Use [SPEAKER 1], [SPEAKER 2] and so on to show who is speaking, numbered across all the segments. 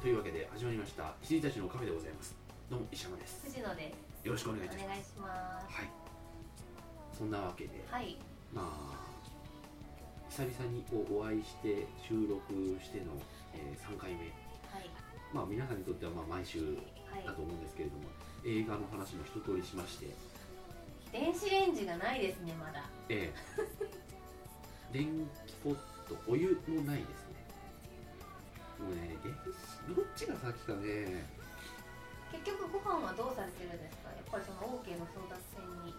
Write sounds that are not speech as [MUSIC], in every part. [SPEAKER 1] というわけで始まりました羊たちのカフェでございますどうも石山です
[SPEAKER 2] 藤野です。
[SPEAKER 1] よろしくお願いい
[SPEAKER 2] お
[SPEAKER 1] たしま
[SPEAKER 2] 願いします
[SPEAKER 1] す。はいそんなわけで
[SPEAKER 2] はい。
[SPEAKER 1] まあ久々にこうお会いして収録しての、え3回
[SPEAKER 2] は
[SPEAKER 1] 目
[SPEAKER 2] い。
[SPEAKER 1] まあ皆さんにとってはまあ毎週だ
[SPEAKER 2] は
[SPEAKER 1] と思うんですけれども映画の話も一通りしまして
[SPEAKER 2] い。電子レンジがないですね、まだ。
[SPEAKER 1] ええ電気ポットお湯もないですねもうね電子どっちが先かね
[SPEAKER 2] 結局ご飯はどうされてるんですか。やっぱりその OK の争奪戦に行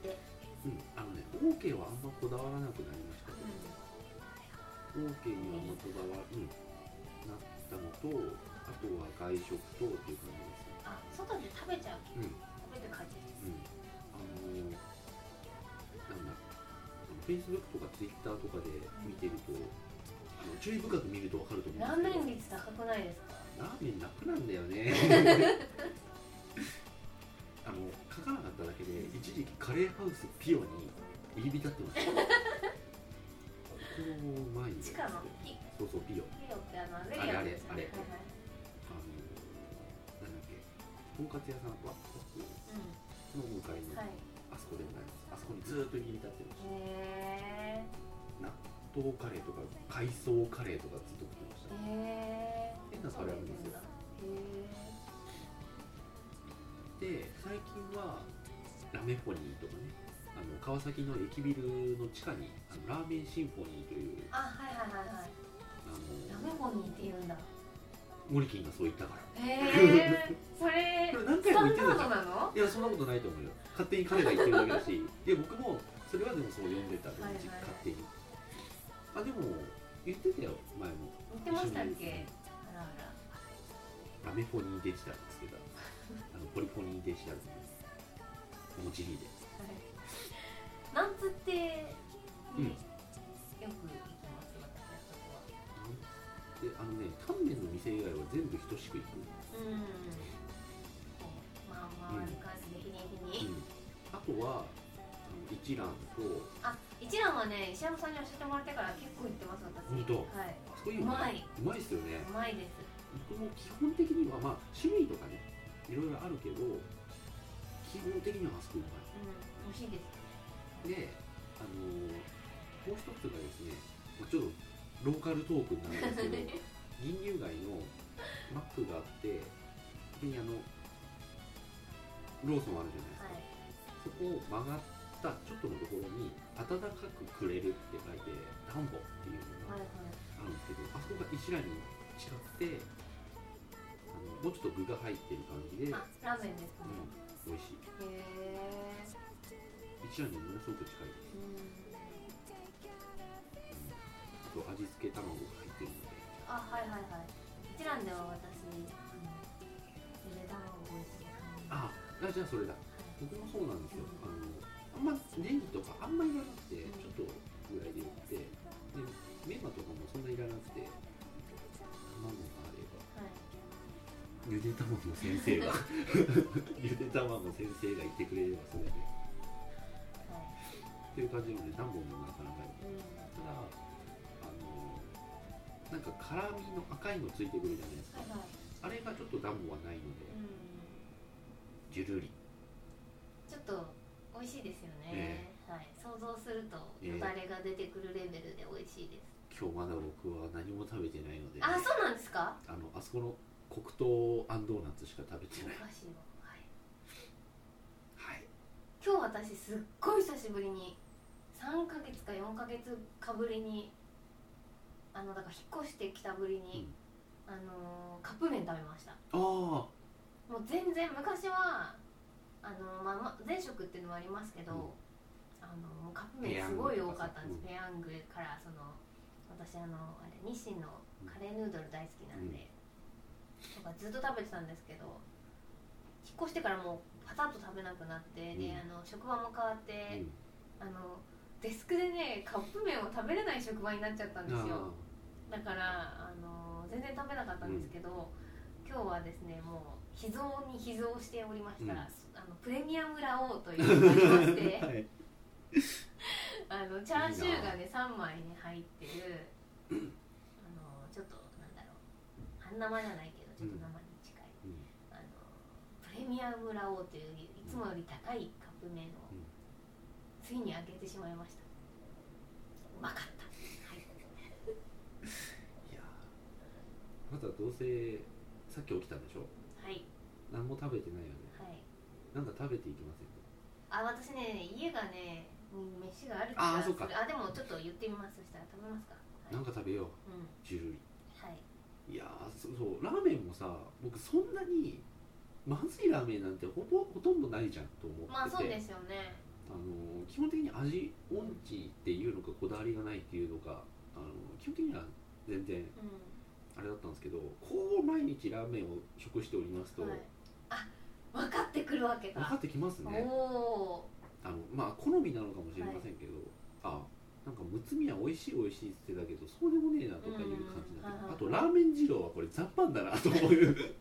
[SPEAKER 2] って。
[SPEAKER 1] うんあのね OK はあんまこだわらなくなりましたけど OK にはあんまこだわうんなったのとあとは外食とっていう感じですね
[SPEAKER 2] あ、外で食べちゃう。
[SPEAKER 1] うん
[SPEAKER 2] 食べて帰ってきて。
[SPEAKER 1] うんあのーなんだフェイスブックとかツイッターとかで見てるとあの注意深く見ると分かると思
[SPEAKER 2] ラー
[SPEAKER 1] うん
[SPEAKER 2] メ
[SPEAKER 1] ですけど
[SPEAKER 2] ン率高くないですか。
[SPEAKER 1] ラーメン楽なんだよねあの書かなかっただけで一時期カレーハウスピオに入り浸ってま
[SPEAKER 2] [LAUGHS]
[SPEAKER 1] したここの前に
[SPEAKER 2] 地下のピ
[SPEAKER 1] そうそうピオ
[SPEAKER 2] ピオってあのアゼリ
[SPEAKER 1] あ
[SPEAKER 2] ア
[SPEAKER 1] れ
[SPEAKER 2] ですよ
[SPEAKER 1] あれあ
[SPEAKER 2] は
[SPEAKER 1] れ
[SPEAKER 2] いはい
[SPEAKER 1] あのなんだっけとんかつ屋さんとかの向かい
[SPEAKER 2] うん。
[SPEAKER 1] の
[SPEAKER 2] はい。
[SPEAKER 1] あそこでございますあそこにずーっと入り浸ってまし
[SPEAKER 2] へ
[SPEAKER 1] た納豆カレーとか海藻カレーとかずっと食ってまし
[SPEAKER 2] え。
[SPEAKER 1] た
[SPEAKER 2] へえ。
[SPEAKER 1] 変なカレーあるんですよ
[SPEAKER 2] へ
[SPEAKER 1] で最近はラメフォニーとかねあの川崎の駅ビルの地下にあのラーメンシンフォニーという
[SPEAKER 2] ーあ、はいはいはいはい。
[SPEAKER 1] あ
[SPEAKER 2] ラ
[SPEAKER 1] の
[SPEAKER 2] メホニーって言うんだ。
[SPEAKER 1] モリキンがそう言ったから
[SPEAKER 2] へえ。それ
[SPEAKER 1] これ何
[SPEAKER 2] ス
[SPEAKER 1] 回も
[SPEAKER 2] タ
[SPEAKER 1] 言
[SPEAKER 2] ンダ
[SPEAKER 1] ってた
[SPEAKER 2] ー
[SPEAKER 1] じゃ
[SPEAKER 2] ド
[SPEAKER 1] ん
[SPEAKER 2] なの？
[SPEAKER 1] いやそんなことないと思うよ勝手に彼が言ってるだけだしいや僕もそれはでもそう読んでたと思うし
[SPEAKER 2] はいはい
[SPEAKER 1] 勝手にあでも言ってたよ前も
[SPEAKER 2] 言ってましたっ
[SPEAKER 1] 一緒に
[SPEAKER 2] け？あらあら。
[SPEAKER 1] ラメフォニーデジタルですけどあのポリフォニーデジタルですおもちりで
[SPEAKER 2] はいなんつってに
[SPEAKER 1] うん
[SPEAKER 2] よく行きます私はそこは。
[SPEAKER 1] であのねタンメンの店以外は全部等しく行く
[SPEAKER 2] うん。こうまあまある感じで日に日に。
[SPEAKER 1] あとはあの一蘭と
[SPEAKER 2] あ、一蘭はね石山さんに教えてもらってから結構行ってます私。
[SPEAKER 1] 本当
[SPEAKER 2] はい。
[SPEAKER 1] あそういう
[SPEAKER 2] う
[SPEAKER 1] の
[SPEAKER 2] まいう
[SPEAKER 1] まいですよね
[SPEAKER 2] うまいです。
[SPEAKER 1] 僕も基本的にはまあ種類とかねいろいろあるけど基本的にはあそこうま
[SPEAKER 2] うん。美味しいです。
[SPEAKER 1] いであのーもう一つがですねまあちょっとローカルトークになるんですけど
[SPEAKER 2] [LAUGHS]
[SPEAKER 1] 銀龍街のマックがあってそこにあのローソンあるじゃないです
[SPEAKER 2] はい。
[SPEAKER 1] か、そこを曲がったちょっとのところに「温かくくれる」って書いて「ダンボ」っていうのが
[SPEAKER 2] はいはい。
[SPEAKER 1] あるんですけどあそこが石蘭に近くてあのもうちょっと具が入ってる感じで、うん
[SPEAKER 2] あ、ラーメンですね。
[SPEAKER 1] 美味しい
[SPEAKER 2] へえ。
[SPEAKER 1] 一蘭にものすごく近いです、
[SPEAKER 2] うん。
[SPEAKER 1] うんあと味付け卵が入ってるので
[SPEAKER 2] あはいはいはい一蘭では私あのゆで卵を美味しい感
[SPEAKER 1] ああじゃあそれだ僕もそうなんですよあのあんまネギとかあんまいらなくてちょっとぐらいで売ってでメンマとかもそんないらなくて卵があればゆで卵の先生が [LAUGHS] ゆで卵の先生がいてくれればそれでっ
[SPEAKER 2] じはいはい
[SPEAKER 1] ていう感じなのでダンボもなかなかよ
[SPEAKER 2] うん
[SPEAKER 1] ただあのなんか辛みの赤いのついてくるじゃないですか
[SPEAKER 2] はいはい
[SPEAKER 1] あれがちょっとダンボはないので
[SPEAKER 2] うん
[SPEAKER 1] ジュルリ
[SPEAKER 2] ちょっと美味しいですよね
[SPEAKER 1] え
[SPEAKER 2] はい想像すると
[SPEAKER 1] ええ
[SPEAKER 2] よだれが出てくるレベルで美味しいです
[SPEAKER 1] 今日まだ僕は何も食べてないので
[SPEAKER 2] あそうなんですか
[SPEAKER 1] あのあそこの黒糖あんドーナツしか食べて
[SPEAKER 2] お
[SPEAKER 1] ない
[SPEAKER 2] 菓子のはい
[SPEAKER 1] はい
[SPEAKER 2] 今日私すっごい久しぶりに3ヶ月か4ヶ月かぶりにあのだから引っ越してきたぶりに、あのーカップ麺食べました
[SPEAKER 1] あ
[SPEAKER 2] もう全然昔はあの、まあまあ、前職っていうのもありますけど、
[SPEAKER 1] うん
[SPEAKER 2] あのもうカップ麺すごい多かったんですペヤングからその私あのあれ日清のカレーヌードル大好きなんで、とかずっと食べてたんですけど引っ越してからもうパタッと食べなくなって、
[SPEAKER 1] う
[SPEAKER 2] で
[SPEAKER 1] ん
[SPEAKER 2] あの職場も変わっ
[SPEAKER 1] あ
[SPEAKER 2] て、
[SPEAKER 1] ん
[SPEAKER 2] あのデスクでねカップ麺を食べれない職場になっちゃったんですよだ
[SPEAKER 1] あ
[SPEAKER 2] からあの全然食べなかったんですけど、今日はですねもう秘蔵に秘蔵しておりました、
[SPEAKER 1] うん
[SPEAKER 2] あのプレミアムラオウというのがありまし
[SPEAKER 1] ー
[SPEAKER 2] て
[SPEAKER 1] [LAUGHS] はい
[SPEAKER 2] あのチャーシューがね3枚に入ってるあのちょっとなんだろう花生じゃないけどちょっと生に近い、
[SPEAKER 1] うん
[SPEAKER 2] あのプレミアムラオウといういつもより高いカップ麺を
[SPEAKER 1] うん
[SPEAKER 2] ついに開けてしまいましたうまかったはい
[SPEAKER 1] いやーあなたどうせさっき起きたんでしょ
[SPEAKER 2] はい
[SPEAKER 1] 何も食べてないよね
[SPEAKER 2] はい
[SPEAKER 1] なんか食べていきませんか
[SPEAKER 2] あ私ね家がねうん飯がある
[SPEAKER 1] あー
[SPEAKER 2] 気がす
[SPEAKER 1] そっ
[SPEAKER 2] るあでもちょっと言ってみますそしたら食べますかはい
[SPEAKER 1] なんか食べよう
[SPEAKER 2] うん
[SPEAKER 1] ジュル
[SPEAKER 2] はい
[SPEAKER 1] リいやーそうそうラーメンもさ僕そんなにまずいラーメンなんてほぼほとんどないじゃんと思ってて、
[SPEAKER 2] まあそうですよね
[SPEAKER 1] あの基本的に味音痴っていうのかこだわりがないっていうのかあの基本的には全
[SPEAKER 2] う
[SPEAKER 1] 然あれだったんですけどこう毎日ラーメンを食しておりますと、
[SPEAKER 2] んはいあ分かってくるわけ
[SPEAKER 1] 分か
[SPEAKER 2] か
[SPEAKER 1] ってきます
[SPEAKER 2] お
[SPEAKER 1] ね
[SPEAKER 2] お
[SPEAKER 1] あのまあ好みなのかもしれませんけど、あなんかむつみは美味しい美味しいって言ってたけどそうでもねえなとかいう感じになって
[SPEAKER 2] うん
[SPEAKER 1] あとラーメン二郎はこれ残飯だな
[SPEAKER 2] [LAUGHS]
[SPEAKER 1] と思う
[SPEAKER 2] ー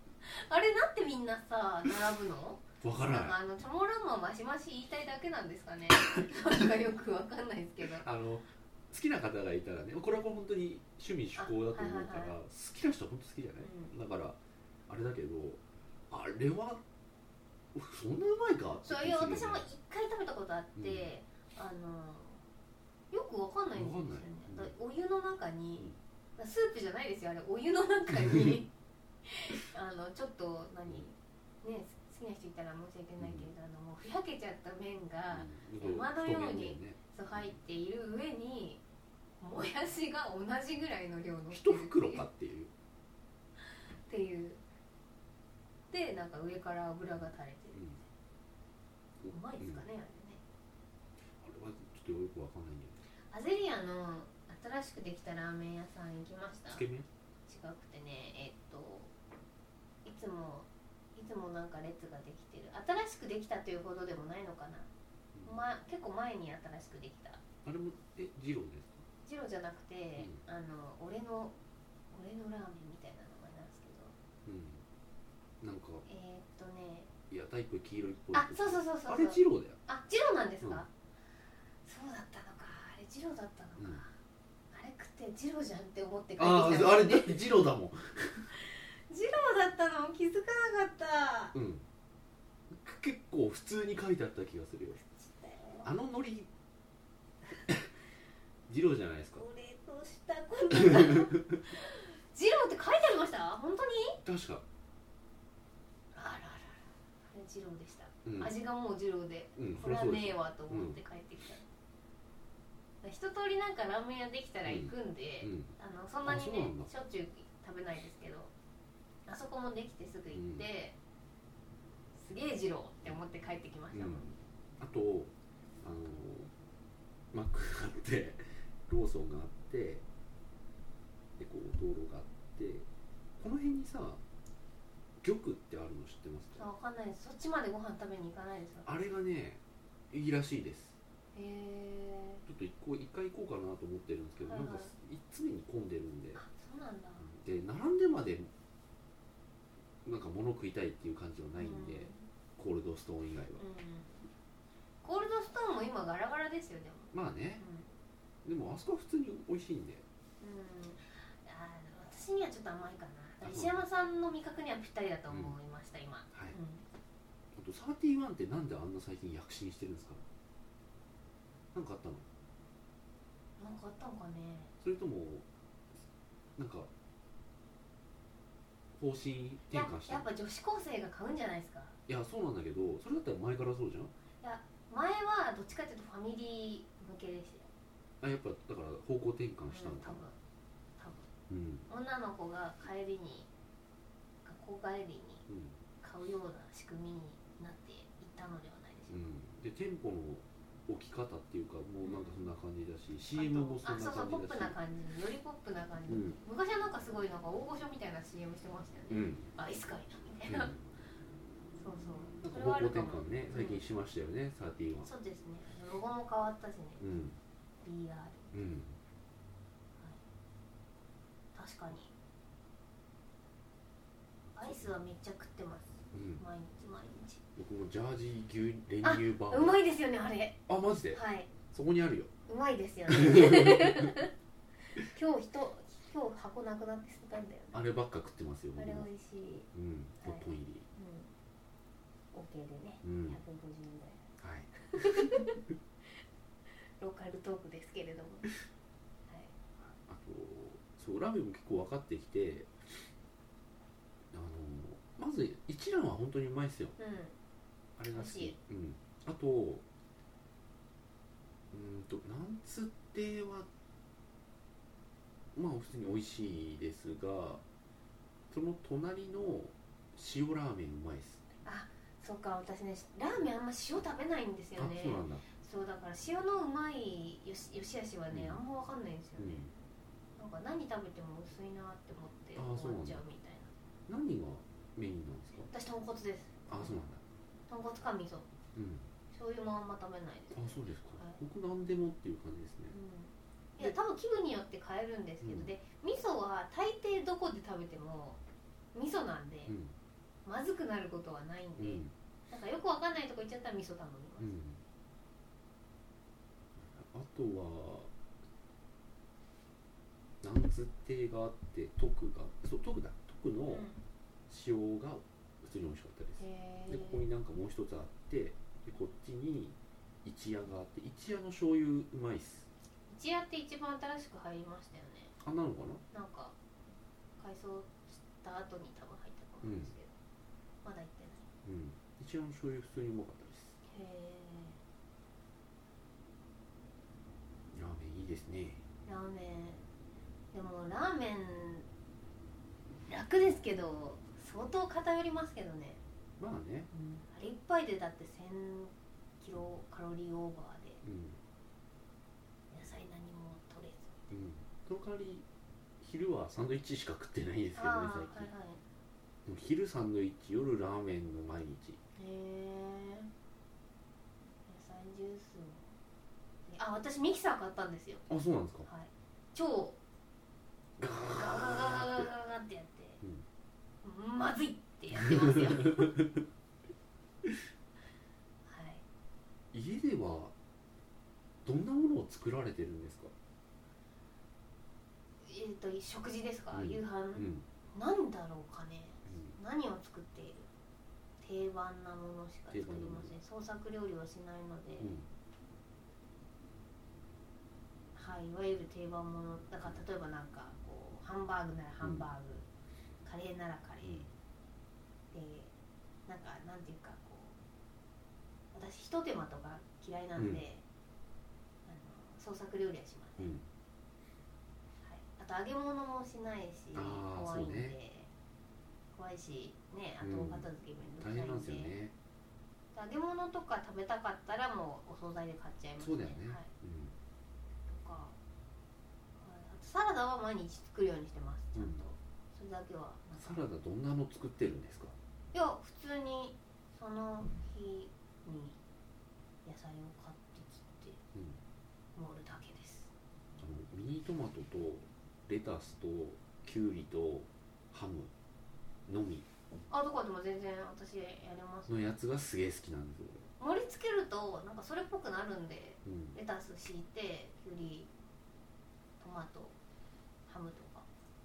[SPEAKER 2] あれなんでみんなさ並ぶの
[SPEAKER 1] 分から
[SPEAKER 2] なんか
[SPEAKER 1] ない
[SPEAKER 2] あのチョモランマンマシマシ言いたいだけなんですかね [LAUGHS] なんかよくわかんないですけど
[SPEAKER 1] あの好きな方がいたらねこれは本当に趣味趣向だと思うか
[SPEAKER 2] あ
[SPEAKER 1] ら、
[SPEAKER 2] はいはいは
[SPEAKER 1] 好きな人は本当好きじゃない、だからあれだけどあれはそんなうまいか
[SPEAKER 2] そういや私も一回食べたことあって、あのよくわかんないんですよね
[SPEAKER 1] わかんない
[SPEAKER 2] だお湯の中に、スープじゃないですよあれお湯の中
[SPEAKER 1] [LAUGHS]
[SPEAKER 2] にあのちょっと何ね好きな人いたら申し訳ないけれど、あのもうふやけちゃった麺が、山のようにそう入っている上にもやしが同じぐらいの量のって
[SPEAKER 1] 一
[SPEAKER 2] るって
[SPEAKER 1] 袋
[SPEAKER 2] いう
[SPEAKER 1] かっていう
[SPEAKER 2] っていうでなんか上から油が垂れてる
[SPEAKER 1] う
[SPEAKER 2] う
[SPEAKER 1] ん
[SPEAKER 2] まいですか
[SPEAKER 1] うん
[SPEAKER 2] ね、
[SPEAKER 1] あれはちょっとよくわかんないんだ
[SPEAKER 2] あれねア
[SPEAKER 1] け
[SPEAKER 2] ゼリアの新しくできたラーメン屋さん行きました
[SPEAKER 1] どつ
[SPEAKER 2] 近く
[SPEAKER 1] け麺
[SPEAKER 2] てねえっといつもいつもなんか列ができてる新しくできたというほどでもないのかな、ま、結構前に新しくできた
[SPEAKER 1] あれもえ二郎ですか
[SPEAKER 2] ジロじゃなくて、
[SPEAKER 1] う
[SPEAKER 2] あの俺の俺のラーメンみたいな名前なんですけど
[SPEAKER 1] うんなんか
[SPEAKER 2] えー、っとね
[SPEAKER 1] いやタイプ黄色いっぽい
[SPEAKER 2] あそうそうそうそうそう
[SPEAKER 1] あれ二郎だよ
[SPEAKER 2] あ、ジローなんですか、
[SPEAKER 1] うん
[SPEAKER 2] そうだったのか、あれジローだったのか、
[SPEAKER 1] うん
[SPEAKER 2] あれ食ってジローじゃんって思って帰って
[SPEAKER 1] あ
[SPEAKER 2] きた
[SPEAKER 1] ああれ
[SPEAKER 2] ジロ
[SPEAKER 1] だって二郎だもん
[SPEAKER 2] ーだったのも気づかなかった
[SPEAKER 1] うん結構普通に書いてあった気がするよあのノ
[SPEAKER 2] [LAUGHS]
[SPEAKER 1] リ二郎じゃないですか
[SPEAKER 2] 俺としたことだジローって書いてありました本当に
[SPEAKER 1] 確か
[SPEAKER 2] あらあらあらあれジローでした、
[SPEAKER 1] うん
[SPEAKER 2] 味がもうジローで
[SPEAKER 1] うん
[SPEAKER 2] これは
[SPEAKER 1] そうです
[SPEAKER 2] ねえわと思って帰ってきた、一通りなんかラーメン屋できたら行くんで、
[SPEAKER 1] うん
[SPEAKER 2] あのそんなに
[SPEAKER 1] あそうな
[SPEAKER 2] ね
[SPEAKER 1] んだ
[SPEAKER 2] しょっちゅう食べないですけどあそこもできてすぐ行って、すげえ二郎って思って帰ってきましたもん、
[SPEAKER 1] あとあのマックがあってローソンがあってでこう道路があってこの辺にさ玉ってあるの知ってます
[SPEAKER 2] あ
[SPEAKER 1] か
[SPEAKER 2] わかんないですそっちまでご飯食べに行かないですよ
[SPEAKER 1] あれがねいいらしいです
[SPEAKER 2] へえ
[SPEAKER 1] ちょっと一個一回行こうかなと思ってるんですけ
[SPEAKER 2] は
[SPEAKER 1] ど、
[SPEAKER 2] いはい
[SPEAKER 1] なんかい常に混んでるんで
[SPEAKER 2] あそうなんだ
[SPEAKER 1] で並んでまでなんか物食いたいっていう感じはないんで、コールドストーン以外
[SPEAKER 2] うん、うん
[SPEAKER 1] は
[SPEAKER 2] コールドストーンも今ガラガラですよでも
[SPEAKER 1] まあねでもあそこは普通に美味しいんで
[SPEAKER 2] うん、うん、あ私にはちょっと甘いかな
[SPEAKER 1] あ
[SPEAKER 2] 石山さんの味覚にはぴったりだと思いました、今、
[SPEAKER 1] は
[SPEAKER 2] う
[SPEAKER 1] い
[SPEAKER 2] ん
[SPEAKER 1] あとサーティワンってなんであんな最近躍進してるんですかなんかあったの
[SPEAKER 2] なんかあったのかね
[SPEAKER 1] それともなんか方
[SPEAKER 2] い
[SPEAKER 1] 針
[SPEAKER 2] や
[SPEAKER 1] 転換し
[SPEAKER 2] や
[SPEAKER 1] たの
[SPEAKER 2] っぱ女子高生が買うんじゃないですか
[SPEAKER 1] いやそうなんだけどそれだったら前からそうじゃん
[SPEAKER 2] 前はどっちかっていうとファミリー向けでしたよ、
[SPEAKER 1] あやっぱだから方向転換したの
[SPEAKER 2] 多
[SPEAKER 1] か
[SPEAKER 2] 分
[SPEAKER 1] うんうん
[SPEAKER 2] 女の子が帰りに学校帰りに買うような仕組みになっていったのではないでしょうん
[SPEAKER 1] うで店舗の置き方っていうかもうなんかそんな感じだし、
[SPEAKER 2] か、
[SPEAKER 1] CM もそん
[SPEAKER 2] あ
[SPEAKER 1] な
[SPEAKER 2] そうそうポッ
[SPEAKER 1] 感じ
[SPEAKER 2] プ
[SPEAKER 1] だし
[SPEAKER 2] な感じよりポップな感じ、
[SPEAKER 1] うん
[SPEAKER 2] 昔はなんかすごいなんか大御所みたいな CM してましたよ
[SPEAKER 1] う
[SPEAKER 2] ね、
[SPEAKER 1] ん、
[SPEAKER 2] [LAUGHS] アイス買いなみたい
[SPEAKER 1] うん、
[SPEAKER 2] な、
[SPEAKER 1] なんか
[SPEAKER 2] そうそうそれ
[SPEAKER 1] 方
[SPEAKER 2] はあ
[SPEAKER 1] 向
[SPEAKER 2] る
[SPEAKER 1] 転
[SPEAKER 2] かも
[SPEAKER 1] 換ね最近しましたよね、サーティワン
[SPEAKER 2] そうですねロゴも変わったしね
[SPEAKER 1] うん、
[SPEAKER 2] BR
[SPEAKER 1] うん、
[SPEAKER 2] 確かにアイスはめっちゃ食ってます
[SPEAKER 1] うん
[SPEAKER 2] 毎日毎日
[SPEAKER 1] 僕もジャージー牛練乳バー
[SPEAKER 2] うまいですよねあれ
[SPEAKER 1] あマジで
[SPEAKER 2] はい、
[SPEAKER 1] [LAUGHS] そこにあるよ
[SPEAKER 2] うまいですよね。今日人今日箱なくなって捨てたんだよね
[SPEAKER 1] あればっか食ってますよ
[SPEAKER 2] あ
[SPEAKER 1] 僕
[SPEAKER 2] れ
[SPEAKER 1] も
[SPEAKER 2] 美味しい、
[SPEAKER 1] うん6本入り
[SPEAKER 2] うん、OK でね
[SPEAKER 1] う
[SPEAKER 2] 150
[SPEAKER 1] ん
[SPEAKER 2] 円ぐらい
[SPEAKER 1] はい
[SPEAKER 2] ローカルトークですけれどもはい
[SPEAKER 1] [LAUGHS] あとそうラーメンも結構分かってきてあのまず一蘭は本当にうまいですよ
[SPEAKER 2] う
[SPEAKER 1] あれが
[SPEAKER 2] 美
[SPEAKER 1] 好
[SPEAKER 2] 味し
[SPEAKER 1] き
[SPEAKER 2] い、
[SPEAKER 1] うん、あとうーんとなんつってはまあ普通に美味しいですがその隣の塩ラーメンうまいで
[SPEAKER 2] ん
[SPEAKER 1] す、
[SPEAKER 2] そうか私ねラーメンあんま塩食べないんですよ
[SPEAKER 1] あ
[SPEAKER 2] ね
[SPEAKER 1] そうなんだ、
[SPEAKER 2] そうだから塩のうまいよしよしあしはね、
[SPEAKER 1] うん
[SPEAKER 2] あんま分かんないんですよ
[SPEAKER 1] う
[SPEAKER 2] ね、
[SPEAKER 1] ん、
[SPEAKER 2] なんか何食べても薄いなって思って
[SPEAKER 1] あそ
[SPEAKER 2] 終
[SPEAKER 1] うな
[SPEAKER 2] わ
[SPEAKER 1] ん
[SPEAKER 2] っち
[SPEAKER 1] だ
[SPEAKER 2] ゃうみたいな
[SPEAKER 1] 何がメインなんですか
[SPEAKER 2] 私豚骨です
[SPEAKER 1] あそうなんだ
[SPEAKER 2] 豚骨か味噌
[SPEAKER 1] うん
[SPEAKER 2] 醤油もあんま食べないです、
[SPEAKER 1] あそうですか
[SPEAKER 2] はい
[SPEAKER 1] 僕何でもっていう感じですね
[SPEAKER 2] うん、いや多分気分によって変えるんですけど、
[SPEAKER 1] うん
[SPEAKER 2] で味噌は大抵どこで食べても味噌なんで、
[SPEAKER 1] うん
[SPEAKER 2] まずくなることはないん
[SPEAKER 1] う
[SPEAKER 2] で、
[SPEAKER 1] ん
[SPEAKER 2] なんかよくわかんないとこ行っちゃったら味噌頼みます、
[SPEAKER 1] うんあとはなんつってがあって徳がそう徳だ徳
[SPEAKER 2] うん
[SPEAKER 1] の塩が普通に美味しかったです、
[SPEAKER 2] へ
[SPEAKER 1] でここになんかもう一つあってでこっちに一夜があって一夜の醤油うまいっす
[SPEAKER 2] 一夜って一番新しく入りましたよね
[SPEAKER 1] あなのかな
[SPEAKER 2] なんか改装した後に多分入ったと思うんですけど、まだ行ってない
[SPEAKER 1] うん一夜の醤油普通にうまかったです
[SPEAKER 2] へえ
[SPEAKER 1] ラーメンいいですね
[SPEAKER 2] ラーメンでもラーメン楽ですけど相当偏りますけどね、
[SPEAKER 1] まあね
[SPEAKER 2] あれ一杯でだって1000キロカロリーオーバーで
[SPEAKER 1] うん
[SPEAKER 2] 野菜何も取れず
[SPEAKER 1] うんその代わり昼はサンドイッチしか食ってないですけどね
[SPEAKER 2] ああ
[SPEAKER 1] 最
[SPEAKER 2] はい
[SPEAKER 1] 近
[SPEAKER 2] はい
[SPEAKER 1] でも昼サンドイッチ夜ラーメンの毎日
[SPEAKER 2] へえ野菜ジュースもあ私ミキサー買ったんですよ
[SPEAKER 1] あそうなんですか
[SPEAKER 2] はい超ガ
[SPEAKER 1] ガー
[SPEAKER 2] ガガガガガガっ
[SPEAKER 1] って
[SPEAKER 2] てやって、まずいってやって [LAUGHS] ますよはい
[SPEAKER 1] 家ではどんなものを作られてるんですか
[SPEAKER 2] えっ、と食事ですか、
[SPEAKER 1] うん
[SPEAKER 2] 夕飯、
[SPEAKER 1] うん
[SPEAKER 2] なんだろうかね何を作っている定番なものしか作りません創作料理はしないので、
[SPEAKER 1] うんうん
[SPEAKER 2] はい、いわゆる定番ものだから例えばなんかこうハンバーグならハンバーグ、カレーならカレー、でなんかなんていうかこう私ひと手間とか嫌いなんで、
[SPEAKER 1] うん
[SPEAKER 2] あの創作料理はしませ、
[SPEAKER 1] うんん
[SPEAKER 2] はい、あと揚げ物もしないし
[SPEAKER 1] あー
[SPEAKER 2] 怖いんで、
[SPEAKER 1] そう
[SPEAKER 2] 怖いしねあ
[SPEAKER 1] う
[SPEAKER 2] と
[SPEAKER 1] ん
[SPEAKER 2] 片付けめんどくさ
[SPEAKER 1] 大
[SPEAKER 2] い
[SPEAKER 1] 変なん
[SPEAKER 2] ん
[SPEAKER 1] で
[SPEAKER 2] で,、揚
[SPEAKER 1] すよね
[SPEAKER 2] げ物とか食べたかったらもうお惣菜で買っちゃいます
[SPEAKER 1] そ
[SPEAKER 2] ね
[SPEAKER 1] うだよ
[SPEAKER 2] は
[SPEAKER 1] ね
[SPEAKER 2] い、
[SPEAKER 1] うん
[SPEAKER 2] とかはいあとサラダは毎日作るようにしてますちゃんと、
[SPEAKER 1] うん
[SPEAKER 2] それだけはなんか
[SPEAKER 1] サラダどんなの作ってるんですか
[SPEAKER 2] いや普通にその日に野菜を買ってきて
[SPEAKER 1] うん
[SPEAKER 2] 盛るだけです
[SPEAKER 1] あのミニトマトとレタスときゅうりとハムのみ
[SPEAKER 2] あとかでも全然私やります
[SPEAKER 1] のやつがすげえ好きなんですよ
[SPEAKER 2] 盛り付けるとなんかそれっぽくなるんでレ
[SPEAKER 1] 俺うん
[SPEAKER 2] タス敷いてきゅうりトマトハムとか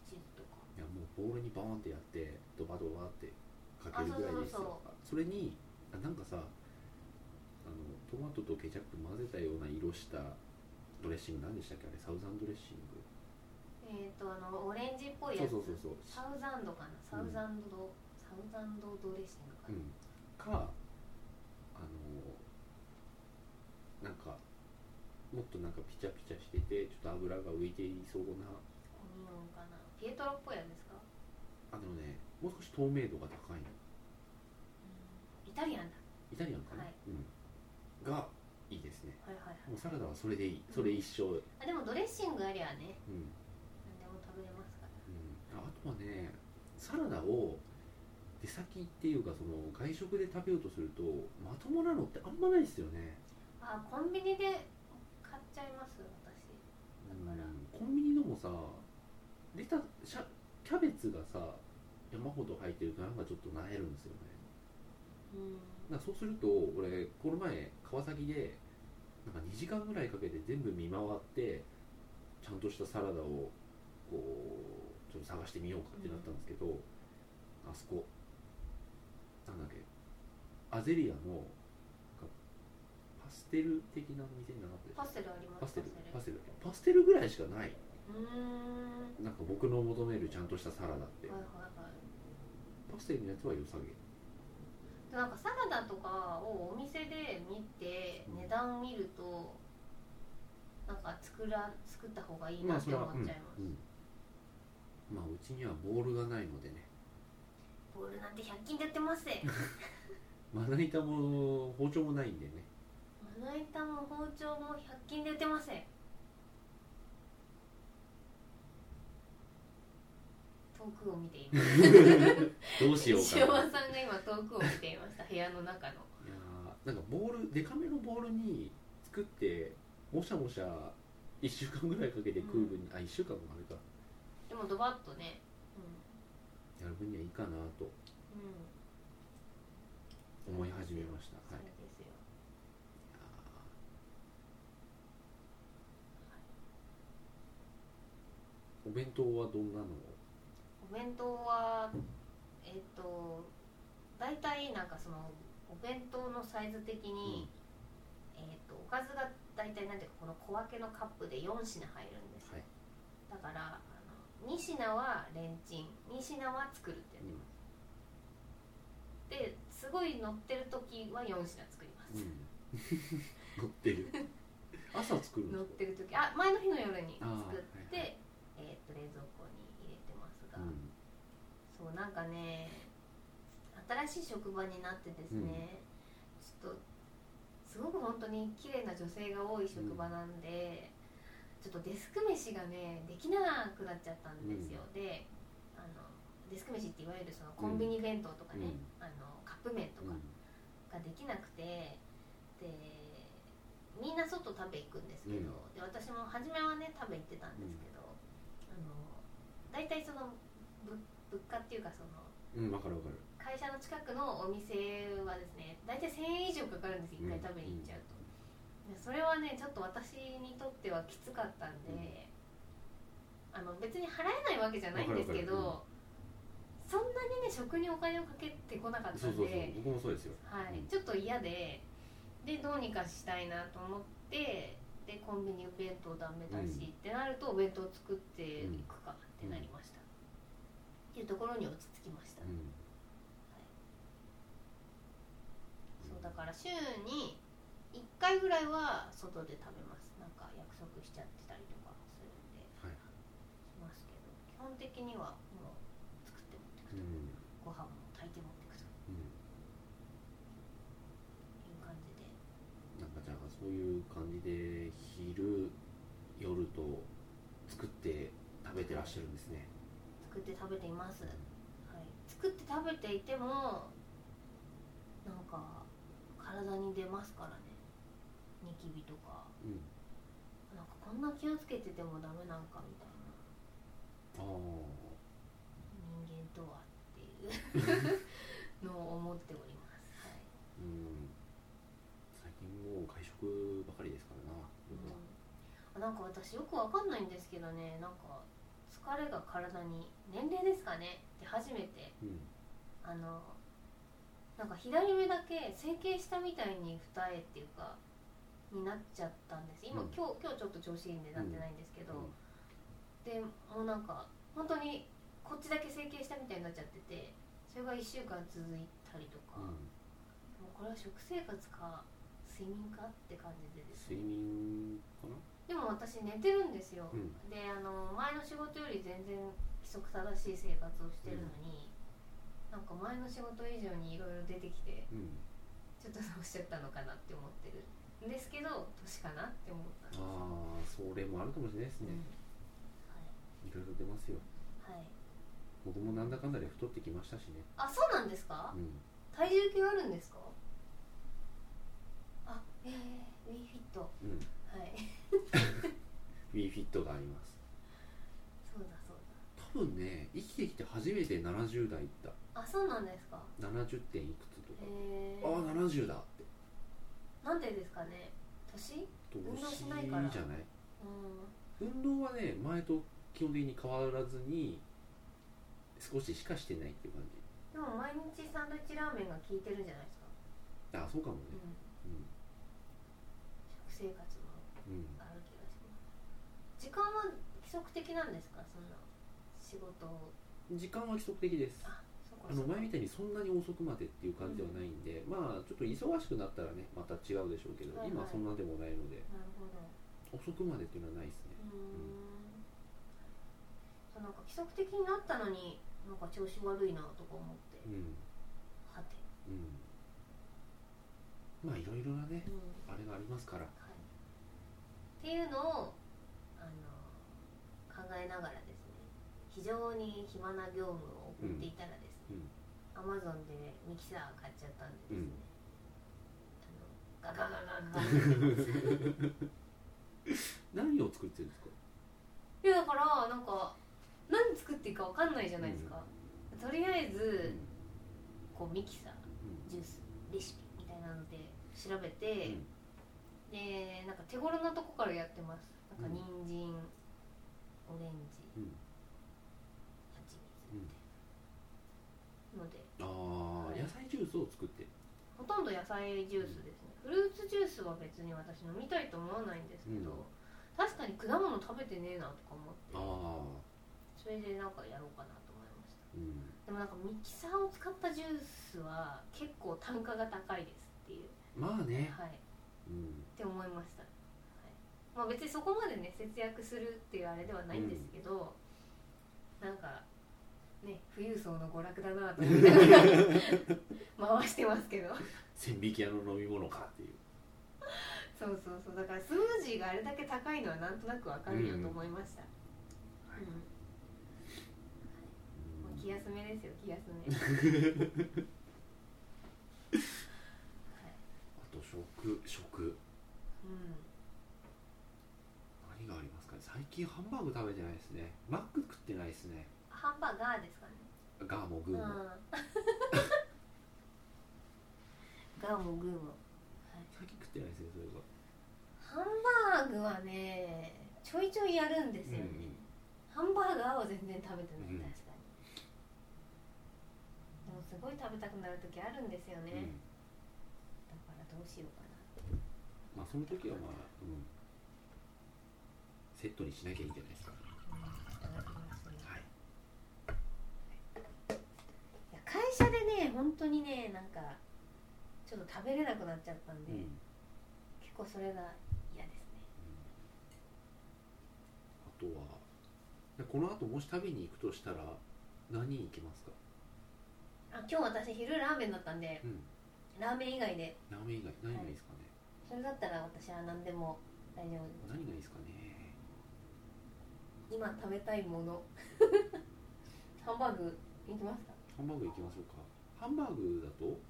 [SPEAKER 2] チーズとか
[SPEAKER 1] いやもうボールにバーンってやってドバドバってかけるぐらいですよそれにあなんかさあのトマトとケチャップ混ぜたような色したドレッシング何でしたっけあれサウザンドレッシング
[SPEAKER 2] えっ、ー、とあのオレンジっぽいや
[SPEAKER 1] そう
[SPEAKER 2] つ
[SPEAKER 1] そうそうそう
[SPEAKER 2] サウザンドかなサウザンド、サウザンドドレッシングか
[SPEAKER 1] う
[SPEAKER 2] な、
[SPEAKER 1] んかあのなんかもっとなんかピチャピチャしててちょっと油が浮いていそうな
[SPEAKER 2] オニオンかなピエトロっぽいやつですか、
[SPEAKER 1] あのねもう少し透明度が高いの
[SPEAKER 2] イタリアンだ
[SPEAKER 1] イタリアンかな、
[SPEAKER 2] はい
[SPEAKER 1] うんがいいですね
[SPEAKER 2] はいはいはい
[SPEAKER 1] もうサラダはそれでいいそれ一生うん、
[SPEAKER 2] あでもドレッシングありゃね何でも食べれますから
[SPEAKER 1] うん、ああとはねサラダを出先っていうかその外食で食べようとするとまともなのってあんまないですよね、
[SPEAKER 2] あコンビニで買っちゃいます私
[SPEAKER 1] うん
[SPEAKER 2] だから
[SPEAKER 1] コンビニのもさレタシャキャベツがさ山ほど入ってるとなんかちょっとなえるんですよね
[SPEAKER 2] うん
[SPEAKER 1] だからそうすると俺この前川崎でなんか2時間ぐらいかけて全部見回ってちゃんとしたサラダをこちょっと探してみようかってなったんですけど、あそこなんだっけアゼリアのなんかパステル的な店になかったです
[SPEAKER 2] パステルあります
[SPEAKER 1] パステル
[SPEAKER 2] パ
[SPEAKER 1] パ
[SPEAKER 2] ス
[SPEAKER 1] ステルパステルぐらいしかない
[SPEAKER 2] テルうーん
[SPEAKER 1] なんか僕の求めるちゃんとしたサラダって、
[SPEAKER 2] はいはいはい
[SPEAKER 1] パステルのやつは良さげ
[SPEAKER 2] でなんかサラダとかをお店で見て
[SPEAKER 1] うん
[SPEAKER 2] 値段見るとなんか作ら作った方がいい
[SPEAKER 1] ま
[SPEAKER 2] な
[SPEAKER 1] あ
[SPEAKER 2] っ
[SPEAKER 1] そ
[SPEAKER 2] て
[SPEAKER 1] れ
[SPEAKER 2] 思
[SPEAKER 1] は
[SPEAKER 2] っ
[SPEAKER 1] うん、うん
[SPEAKER 2] ちゃいます、
[SPEAKER 1] まあうちにはボールがないのでね
[SPEAKER 2] ボールなんて100均で売ってますぜ
[SPEAKER 1] まな板も包丁もないんでね
[SPEAKER 2] [LAUGHS] まな板も包丁も100均で売ってますぜ遠くを見ています
[SPEAKER 1] どうしようか
[SPEAKER 2] 石
[SPEAKER 1] な
[SPEAKER 2] 尾さんが今遠くを見ていました部屋の中の
[SPEAKER 1] いやーなんかボールデカめのボールに作ってもしゃもしゃ1週間ぐらいかけて食う分に、あ1週間もあれか
[SPEAKER 2] でもドバッとね
[SPEAKER 1] やる分にはいいかなと
[SPEAKER 2] うん、うん、
[SPEAKER 1] 思い始めました、
[SPEAKER 2] そう
[SPEAKER 1] はい、
[SPEAKER 2] ですよ
[SPEAKER 1] お弁当はどんなの
[SPEAKER 2] お弁当はえっ、と大体なんかそのお弁当のサイズ的に、えっ、とおかずが大体なんていうかこの小分けのカップで4品入るんですよ、
[SPEAKER 1] はい
[SPEAKER 2] だからあの2品はレンチン2品は作るってやってます、ですごい乗ってる時は4品作ります、
[SPEAKER 1] うん、
[SPEAKER 2] [LAUGHS]
[SPEAKER 1] うん、乗ってる朝作るんで
[SPEAKER 2] 乗っ
[SPEAKER 1] す
[SPEAKER 2] てる時あ [LAUGHS] 前の日の夜に
[SPEAKER 1] あ
[SPEAKER 2] 作
[SPEAKER 1] ー
[SPEAKER 2] って、
[SPEAKER 1] はい
[SPEAKER 2] えー、と冷蔵庫に入れてます
[SPEAKER 1] か
[SPEAKER 2] が、そうなんかね新しい職場になってですね、ちょっとすごく本当に綺麗な女性が多い職場なんで、ちょっとデスク飯がねできなくなっちゃったんですよ、であのデスク飯っていわゆるそのコンビニ弁当とかね、あのカップ麺と
[SPEAKER 1] うん、う
[SPEAKER 2] かが
[SPEAKER 1] ん
[SPEAKER 2] できなくてでみんな外食べ行くんですけど、で私も初めはね食べ行ってたんですけど、あの大体その物物価っていうかその
[SPEAKER 1] うん、分かる分かる
[SPEAKER 2] 会社の近くのお店はですね大体1000円以上かかるんです1回食べに行っちゃうと、でそれはねちょっと私にとってはきつかったんで、あの別に払えないわけじゃないんですけ
[SPEAKER 1] わ
[SPEAKER 2] ど、そんなにね食にお金をかけてこなかったんで
[SPEAKER 1] そうそうそう僕もそうですよ
[SPEAKER 2] はい、
[SPEAKER 1] うん
[SPEAKER 2] ちょっと嫌ででどうにかしたいなと思ってでコンビニ弁当ダメだし、
[SPEAKER 1] う
[SPEAKER 2] っ
[SPEAKER 1] ん
[SPEAKER 2] てなるとお弁当作っていくかってなりました、っていうところに落ち着きました、
[SPEAKER 1] うん
[SPEAKER 2] そうだから週に1回ぐらいは外で食べますなんか約束しちゃってたりとかするんで
[SPEAKER 1] はい
[SPEAKER 2] しますけど基本的にはもう作って持ってく
[SPEAKER 1] うん
[SPEAKER 2] る、ご飯も炊いて持ってくると
[SPEAKER 1] うん
[SPEAKER 2] いう感じで
[SPEAKER 1] なんかじゃあそういう感じで昼夜と作って食べてらっしゃるんですね
[SPEAKER 2] 作って食べていますはい、作って食べていてもなんか体に出ますからねニキビとか
[SPEAKER 1] うん
[SPEAKER 2] なんかこんな気をつけててもダメなんかみたいな
[SPEAKER 1] ああ
[SPEAKER 2] 人間とはっていうのを思っております、はい
[SPEAKER 1] うん最近もう外食ばかりですからな僕は
[SPEAKER 2] うん、なんか私よくわかんないんですけどねなんか疲れが体に年齢ですかねって初めて
[SPEAKER 1] うん
[SPEAKER 2] あのなんか左目だけ整形したみたいに二重っていうかになっちゃったんです今、
[SPEAKER 1] うん
[SPEAKER 2] 今日今日ちょっと調子いいんでなってないんですけど、でもうなんか本当にこっちだけ整形したみたいになっちゃっててそれが1週間続いたりとか、
[SPEAKER 1] うん
[SPEAKER 2] もうこれは食生活か睡眠かって感じでです
[SPEAKER 1] 睡眠かな
[SPEAKER 2] でも私寝てるんですよ、
[SPEAKER 1] うん
[SPEAKER 2] であの前の仕事より全然規則正しい生活をしてるのに、なんか前の仕事以上にいろいろ出てきて
[SPEAKER 1] うん
[SPEAKER 2] ちょっとどうしちゃったのかなって思ってるんですけど年かなって思ったんです、
[SPEAKER 1] ああそれもあるかもしれないです
[SPEAKER 2] う
[SPEAKER 1] ね
[SPEAKER 2] ん
[SPEAKER 1] いろいろ出ますよ
[SPEAKER 2] はいはい、
[SPEAKER 1] 僕もなんだかんだで太ってきましたしね
[SPEAKER 2] あそうなんですか
[SPEAKER 1] うん
[SPEAKER 2] 体重計あるんですかあえー、ウィーフィット
[SPEAKER 1] うん
[SPEAKER 2] はい
[SPEAKER 1] WeFit があります
[SPEAKER 2] そうだそう
[SPEAKER 1] 多分ね生きてきて初めて70代いった
[SPEAKER 2] だあそうなんですか
[SPEAKER 1] 70点いくつとか
[SPEAKER 2] え
[SPEAKER 1] ああ
[SPEAKER 2] ー、
[SPEAKER 1] 70だって
[SPEAKER 2] なんでですかね年
[SPEAKER 1] 年
[SPEAKER 2] 運動し
[SPEAKER 1] じ
[SPEAKER 2] な
[SPEAKER 1] ゃ
[SPEAKER 2] いから
[SPEAKER 1] ない
[SPEAKER 2] うん
[SPEAKER 1] 運動はね前と基本的に変わらずに少ししかしてないっていう感じ
[SPEAKER 2] でも毎日サンドイッチラーメンが効いてるんじゃないですか、
[SPEAKER 1] あそうかもね
[SPEAKER 2] うん、
[SPEAKER 1] うん
[SPEAKER 2] 食生活も
[SPEAKER 1] うん
[SPEAKER 2] ある気がします時間は規則的なんですかそんな仕事を
[SPEAKER 1] 時間は規則的です
[SPEAKER 2] あそこ
[SPEAKER 1] あの前みたいにそんなに遅くまでっていう感じではないんで、まあちょっと忙しくなったらねまた違うでしょうけど、
[SPEAKER 2] はいはい
[SPEAKER 1] 今はそんなでもないので
[SPEAKER 2] なるほど
[SPEAKER 1] 遅くまでっていうのはないですね
[SPEAKER 2] うーんそうなんか規則的になったのになんか調子悪いなとか思って、
[SPEAKER 1] うん
[SPEAKER 2] はて、
[SPEAKER 1] うんまあいろいろなね
[SPEAKER 2] うん
[SPEAKER 1] あれがありますから [LAUGHS]
[SPEAKER 2] はい、っていうのをあの考えながらですね非常に暇な業務を送っていたらですね、アマゾンでミキサー買っちゃったんでですね、あのガガガガガガ
[SPEAKER 1] 何を作ってるんですか
[SPEAKER 2] いやだからなんか何作っていいかわかんないじゃないですか、とりあえ
[SPEAKER 1] うん
[SPEAKER 2] ずこうミキサー
[SPEAKER 1] う
[SPEAKER 2] ジュースレシピみたいなので調べ
[SPEAKER 1] ん
[SPEAKER 2] て、でなんか手頃なとこからやってますなんか人参、オレンジ
[SPEAKER 1] うんうん
[SPEAKER 2] 蜂
[SPEAKER 1] う
[SPEAKER 2] 蜜
[SPEAKER 1] ん
[SPEAKER 2] ので
[SPEAKER 1] ああ野菜ジュースを作って
[SPEAKER 2] ほとんど野菜ジュースですねフルーツジュースは別に私飲みたいと思わないんですけど、
[SPEAKER 1] うん
[SPEAKER 2] 確かに果物食べてねえなとか思
[SPEAKER 1] ああ
[SPEAKER 2] ってそれでなんかやろうかなと思いました
[SPEAKER 1] うん
[SPEAKER 2] でもなんかミキサーを使ったジュースは結構単価が高いですっていう
[SPEAKER 1] まあね
[SPEAKER 2] はい
[SPEAKER 1] うん
[SPEAKER 2] って思いました、はいまあ、別にそこまでね節約するっていうあれではないんですけど、なんかね富裕層の娯楽だなと思って
[SPEAKER 1] [LAUGHS]
[SPEAKER 2] 回してますけど
[SPEAKER 1] 千匹屋の飲み物かっていう
[SPEAKER 2] そうそうそうだから数字があれだけ高いのはなんとなくわかるよと思いました、
[SPEAKER 1] うん
[SPEAKER 2] うんもう
[SPEAKER 1] うん
[SPEAKER 2] 気休めですよ気休め
[SPEAKER 1] [LAUGHS]
[SPEAKER 2] はい
[SPEAKER 1] あと食食
[SPEAKER 2] うん
[SPEAKER 1] 何がありますかね最近ハンバーグ食べてないですねマック食ってないですね
[SPEAKER 2] ハンバーガーですかね
[SPEAKER 1] ガーもグーも、
[SPEAKER 2] [LAUGHS] ガーもグーも
[SPEAKER 1] 最近食ってないですねそれが
[SPEAKER 2] ハンバーグはねちょいちょいやるんですよね、ハンバーガーは全然食べてない、
[SPEAKER 1] うん
[SPEAKER 2] 確かにでもすごい食べたくなる時あるんですよ
[SPEAKER 1] うんうん
[SPEAKER 2] ね、だからどうしようかな
[SPEAKER 1] まあその時はまあ、うん、セットにしなきゃいいんじゃないですか
[SPEAKER 2] いただきますね
[SPEAKER 1] は
[SPEAKER 2] い
[SPEAKER 1] い
[SPEAKER 2] や会社でね本当にねなんかちょっと食べれなくなっちゃったんで、
[SPEAKER 1] うん
[SPEAKER 2] 結構それが嫌ですね
[SPEAKER 1] あとはでこの後もし食べに行くとしたら何に行きますか
[SPEAKER 2] あ今日私昼ラーメンだったんで
[SPEAKER 1] うん
[SPEAKER 2] ラーメン以外で
[SPEAKER 1] ラーメン以外何がいいですかね、
[SPEAKER 2] それだったら私は何でも大丈夫です
[SPEAKER 1] 何がいいですかね
[SPEAKER 2] 今食べたいも [LAUGHS] のハンバーグいきますか
[SPEAKER 1] ハンバーグ行きましょうかハンバーグだと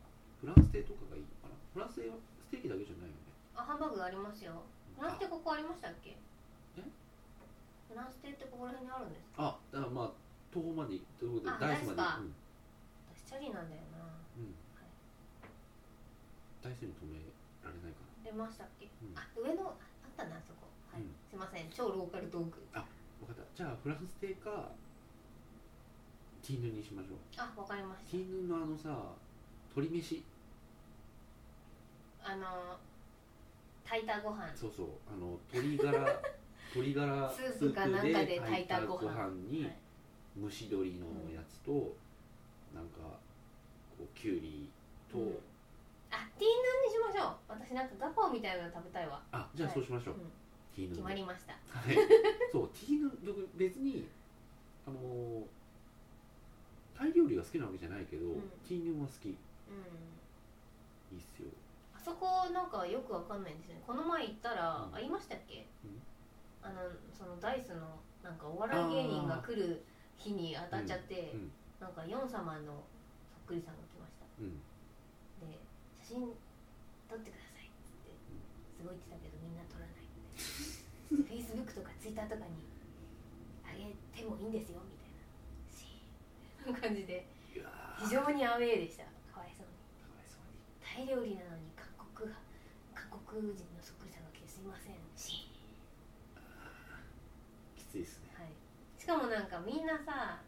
[SPEAKER 1] フランス亭とかがいいのかなフランス亭はステーキだけじゃないよね
[SPEAKER 2] あハンバーグありますよフランス亭ここありましたっけ
[SPEAKER 1] え
[SPEAKER 2] フランス亭ってここら辺にあるんですか
[SPEAKER 1] あだからまあ東方まで行くということで
[SPEAKER 2] あ
[SPEAKER 1] ダイスまで
[SPEAKER 2] ダイスか
[SPEAKER 1] うんうん
[SPEAKER 2] 私チャリなんだよな
[SPEAKER 1] ダイスに止められないか
[SPEAKER 2] 出ましたっけ、
[SPEAKER 1] うん
[SPEAKER 2] あ上のああったなそこはい、
[SPEAKER 1] うん
[SPEAKER 2] すいません超ローカルトーク
[SPEAKER 1] な分かったじゃあフランス亭かティーヌにしましょう
[SPEAKER 2] あわかりまし
[SPEAKER 1] ティーヌのあのさ鶏飯
[SPEAKER 2] たあの炊いたご飯
[SPEAKER 1] そうそうあの鶏ガラ
[SPEAKER 2] [LAUGHS]
[SPEAKER 1] 鶏ガラ
[SPEAKER 2] スープかなんかで炊いたご飯
[SPEAKER 1] 炊いたに
[SPEAKER 2] はい
[SPEAKER 1] 蒸し鶏のやつと、なんかこうきゅうりと、
[SPEAKER 2] うんあティーヌンにしましょう私なんかガパオみたいなの食べたいわ
[SPEAKER 1] あじゃあそうしましょう、
[SPEAKER 2] はいうん
[SPEAKER 1] ティーヌ
[SPEAKER 2] 決
[SPEAKER 1] ンで
[SPEAKER 2] まりました
[SPEAKER 1] はい、
[SPEAKER 2] [LAUGHS]
[SPEAKER 1] そうティーヌン僕別にあのータイ料理が好きなわけじゃないけど、
[SPEAKER 2] うん
[SPEAKER 1] ティーヌンは好きいい
[SPEAKER 2] うん
[SPEAKER 1] っすよ
[SPEAKER 2] あそこなんかよくわかんないんですよねこの前行ったら、
[SPEAKER 1] うん
[SPEAKER 2] あいましたっけ、
[SPEAKER 1] うん
[SPEAKER 2] あのそのダイスのなんかお笑い芸人が来る日に当たっちゃって、
[SPEAKER 1] うんうん
[SPEAKER 2] なんかヨン様のそっくりさんが来ました
[SPEAKER 1] うん
[SPEAKER 2] で写真撮ってくださいっつってすごい言ってたけどみんな撮らない
[SPEAKER 1] [LAUGHS]
[SPEAKER 2] んで Facebook とか Twitter とかにあげてもいいんですよみたいなシーン [LAUGHS] 感じで
[SPEAKER 1] いやー
[SPEAKER 2] 非常にアウェーでしたかわいそうに。
[SPEAKER 1] かわいそうに
[SPEAKER 2] タイ料理なのに韓国が韓国人のそっくりさんが来てすいませんし、
[SPEAKER 1] きついっすね
[SPEAKER 2] はい、しかもなんかみんなさ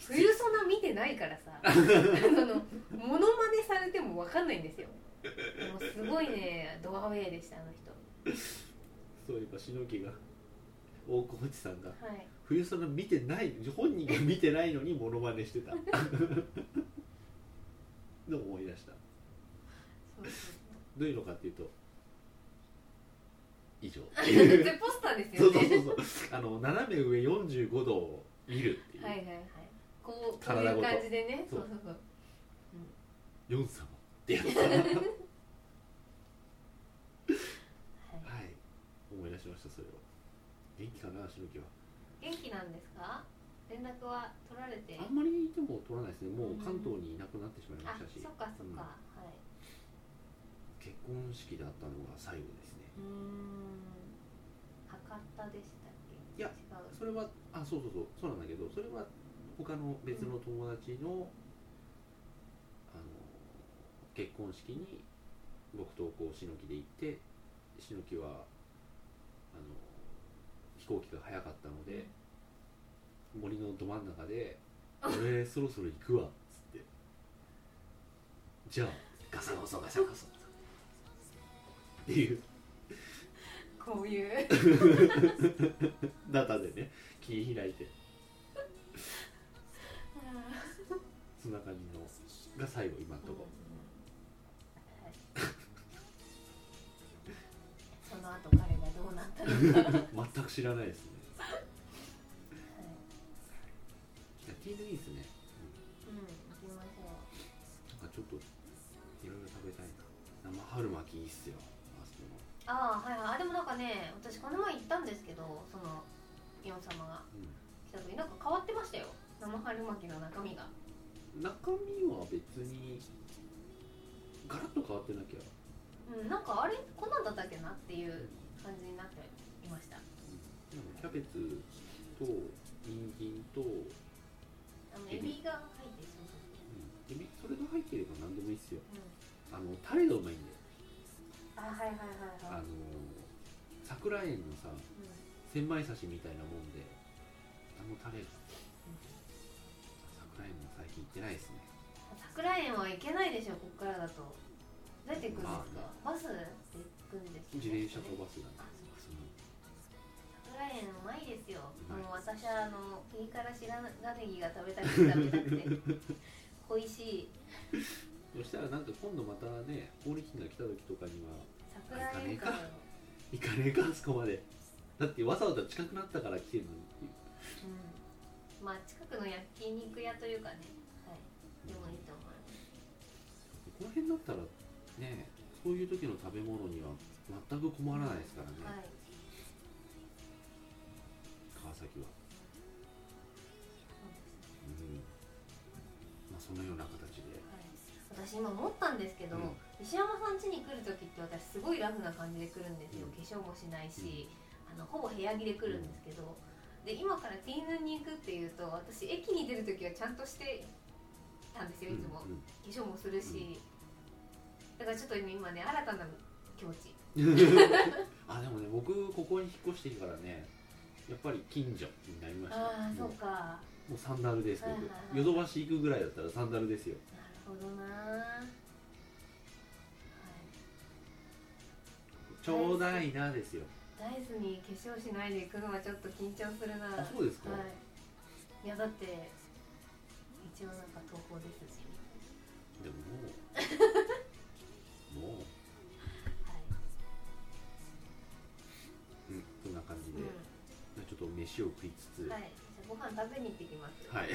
[SPEAKER 2] 冬ソナ見てないから [LAUGHS] さあのモノマネされても分かんないんですよでもすごいねドアウェイでしたあの人
[SPEAKER 1] そういえばしのきが大河内さんが
[SPEAKER 2] はい
[SPEAKER 1] 冬ソナ見てない本人が見てないのにモノマ
[SPEAKER 2] [LAUGHS]
[SPEAKER 1] ネしてたのを思い出した
[SPEAKER 2] そうそう
[SPEAKER 1] どういうのかっていうと
[SPEAKER 2] [LAUGHS]
[SPEAKER 1] 以上
[SPEAKER 2] 絶対ポスターです
[SPEAKER 1] そ
[SPEAKER 2] よ
[SPEAKER 1] うそう
[SPEAKER 2] ね
[SPEAKER 1] そうそうあの斜め上45度を見るっていう、
[SPEAKER 2] はいはいはいこうこうい
[SPEAKER 1] 体
[SPEAKER 2] う
[SPEAKER 1] ごと
[SPEAKER 2] 感じでね
[SPEAKER 1] そ
[SPEAKER 2] そううそうそう
[SPEAKER 1] ヨン様ってやつはい
[SPEAKER 2] はい
[SPEAKER 1] 思い出しましたそれは元気かなしのきは
[SPEAKER 2] 元気なんですか連絡は取られて
[SPEAKER 1] あんまりいても取らないですねもう関東にいなくなってしまいま
[SPEAKER 2] あ
[SPEAKER 1] したし
[SPEAKER 2] そっかそっ
[SPEAKER 1] うん
[SPEAKER 2] かはい
[SPEAKER 1] 結婚式であったのが最後ですね
[SPEAKER 2] うーん博多でしたっけ
[SPEAKER 1] いや
[SPEAKER 2] 違う
[SPEAKER 1] それはあそうそうそうそうなんだけどそれは他の別の友達の、あの結婚式に僕とこうしのきで行ってしのきはあの飛行機が早かったので、森のど真ん中で「俺そろそろ行くわ」っつって「じゃあガサガサガサガサ」っていう
[SPEAKER 2] こういう
[SPEAKER 1] ナタでね切り開いてそんな感じのが最後今んとこ
[SPEAKER 2] その後彼がどうなったのか、
[SPEAKER 1] 全く知らないですねいやティーズいいですね、
[SPEAKER 2] うん行きましょう
[SPEAKER 1] うん、なんかちょっといろいろ食べたいな生春巻きいいっすよあそこの
[SPEAKER 2] ああはいはいあでもなんかね私この前行ったんですけどそのイオン様が
[SPEAKER 1] う
[SPEAKER 2] 来た時なんか変わってましたよ生春巻きの中身が
[SPEAKER 1] ん中身は別にガラッと変わってなきゃ
[SPEAKER 2] うんなんかあれこんなんだったっけなっていう感じになっていました
[SPEAKER 1] でもキャベツと人参と、うん、
[SPEAKER 2] あのエビが入ってそうそう
[SPEAKER 1] エビそれが入ってれば何でもいいっすよ
[SPEAKER 2] そう、うん
[SPEAKER 1] あのタレがうまいんだよ
[SPEAKER 2] あはいはいはいは
[SPEAKER 1] あ
[SPEAKER 2] い
[SPEAKER 1] の桜園のさ千枚刺しみたいなもんであのタレ桜園も最近行ってないですね
[SPEAKER 2] 桜園は行けないでしょここからだとどうやって行くんですかバ
[SPEAKER 1] まあね
[SPEAKER 2] スで行くんです
[SPEAKER 1] 自転車とバスが
[SPEAKER 2] あそう
[SPEAKER 1] その
[SPEAKER 2] 桜園うまいですよ
[SPEAKER 1] うまい
[SPEAKER 2] もう私はあのピリ辛白髪ネギが食べたくて食べたくて
[SPEAKER 1] [LAUGHS]
[SPEAKER 2] 美味しい
[SPEAKER 1] そしたらなんか今度またね法力が来た時とかには
[SPEAKER 2] 桜園か
[SPEAKER 1] あ行かね行かねえかあそこまでだってわざわざ近くなったから来てるのにっていう
[SPEAKER 2] うんまあ近くの焼肉屋というかねはいでもいいと思います
[SPEAKER 1] この辺だったらねそういう時の食べ物には全く困らないですからね、
[SPEAKER 2] はい
[SPEAKER 1] 川崎はうんまあそのような形で
[SPEAKER 2] はい私今思ったんですけど、
[SPEAKER 1] うん
[SPEAKER 2] 石山さん家に来る時って私すごいラフな感じで来るんですよ、
[SPEAKER 1] うん
[SPEAKER 2] 化粧もしないし、あのほぼ部屋着で来るんですけど、で今からティーヌに行くっていうと私駅に出る時はちゃんとしてたんですよいつも、
[SPEAKER 1] う
[SPEAKER 2] 化
[SPEAKER 1] ん
[SPEAKER 2] 粧もするし、だからちょっと今ね新たな境地
[SPEAKER 1] うん [LAUGHS] あでもね僕ここに引っ越してからねやっぱり近所になりました
[SPEAKER 2] ああそ
[SPEAKER 1] も
[SPEAKER 2] うか
[SPEAKER 1] もうサンダルです
[SPEAKER 2] はいはいはい
[SPEAKER 1] 僕ヨドバシ行くぐらいだったらサンダルですよ
[SPEAKER 2] なるほどな
[SPEAKER 1] ちょうだいなですよ
[SPEAKER 2] ダイスに化粧しないで行くのはちょっと緊張するな
[SPEAKER 1] あそうですか、
[SPEAKER 2] はい、いやだって一応なんか東宝ですし、
[SPEAKER 1] でももうもう、
[SPEAKER 2] はい
[SPEAKER 1] うん、そんな感じで、
[SPEAKER 2] う
[SPEAKER 1] じゃあちょっと飯を食いつつ
[SPEAKER 2] んはい、じゃあご飯食べに行ってきます
[SPEAKER 1] はい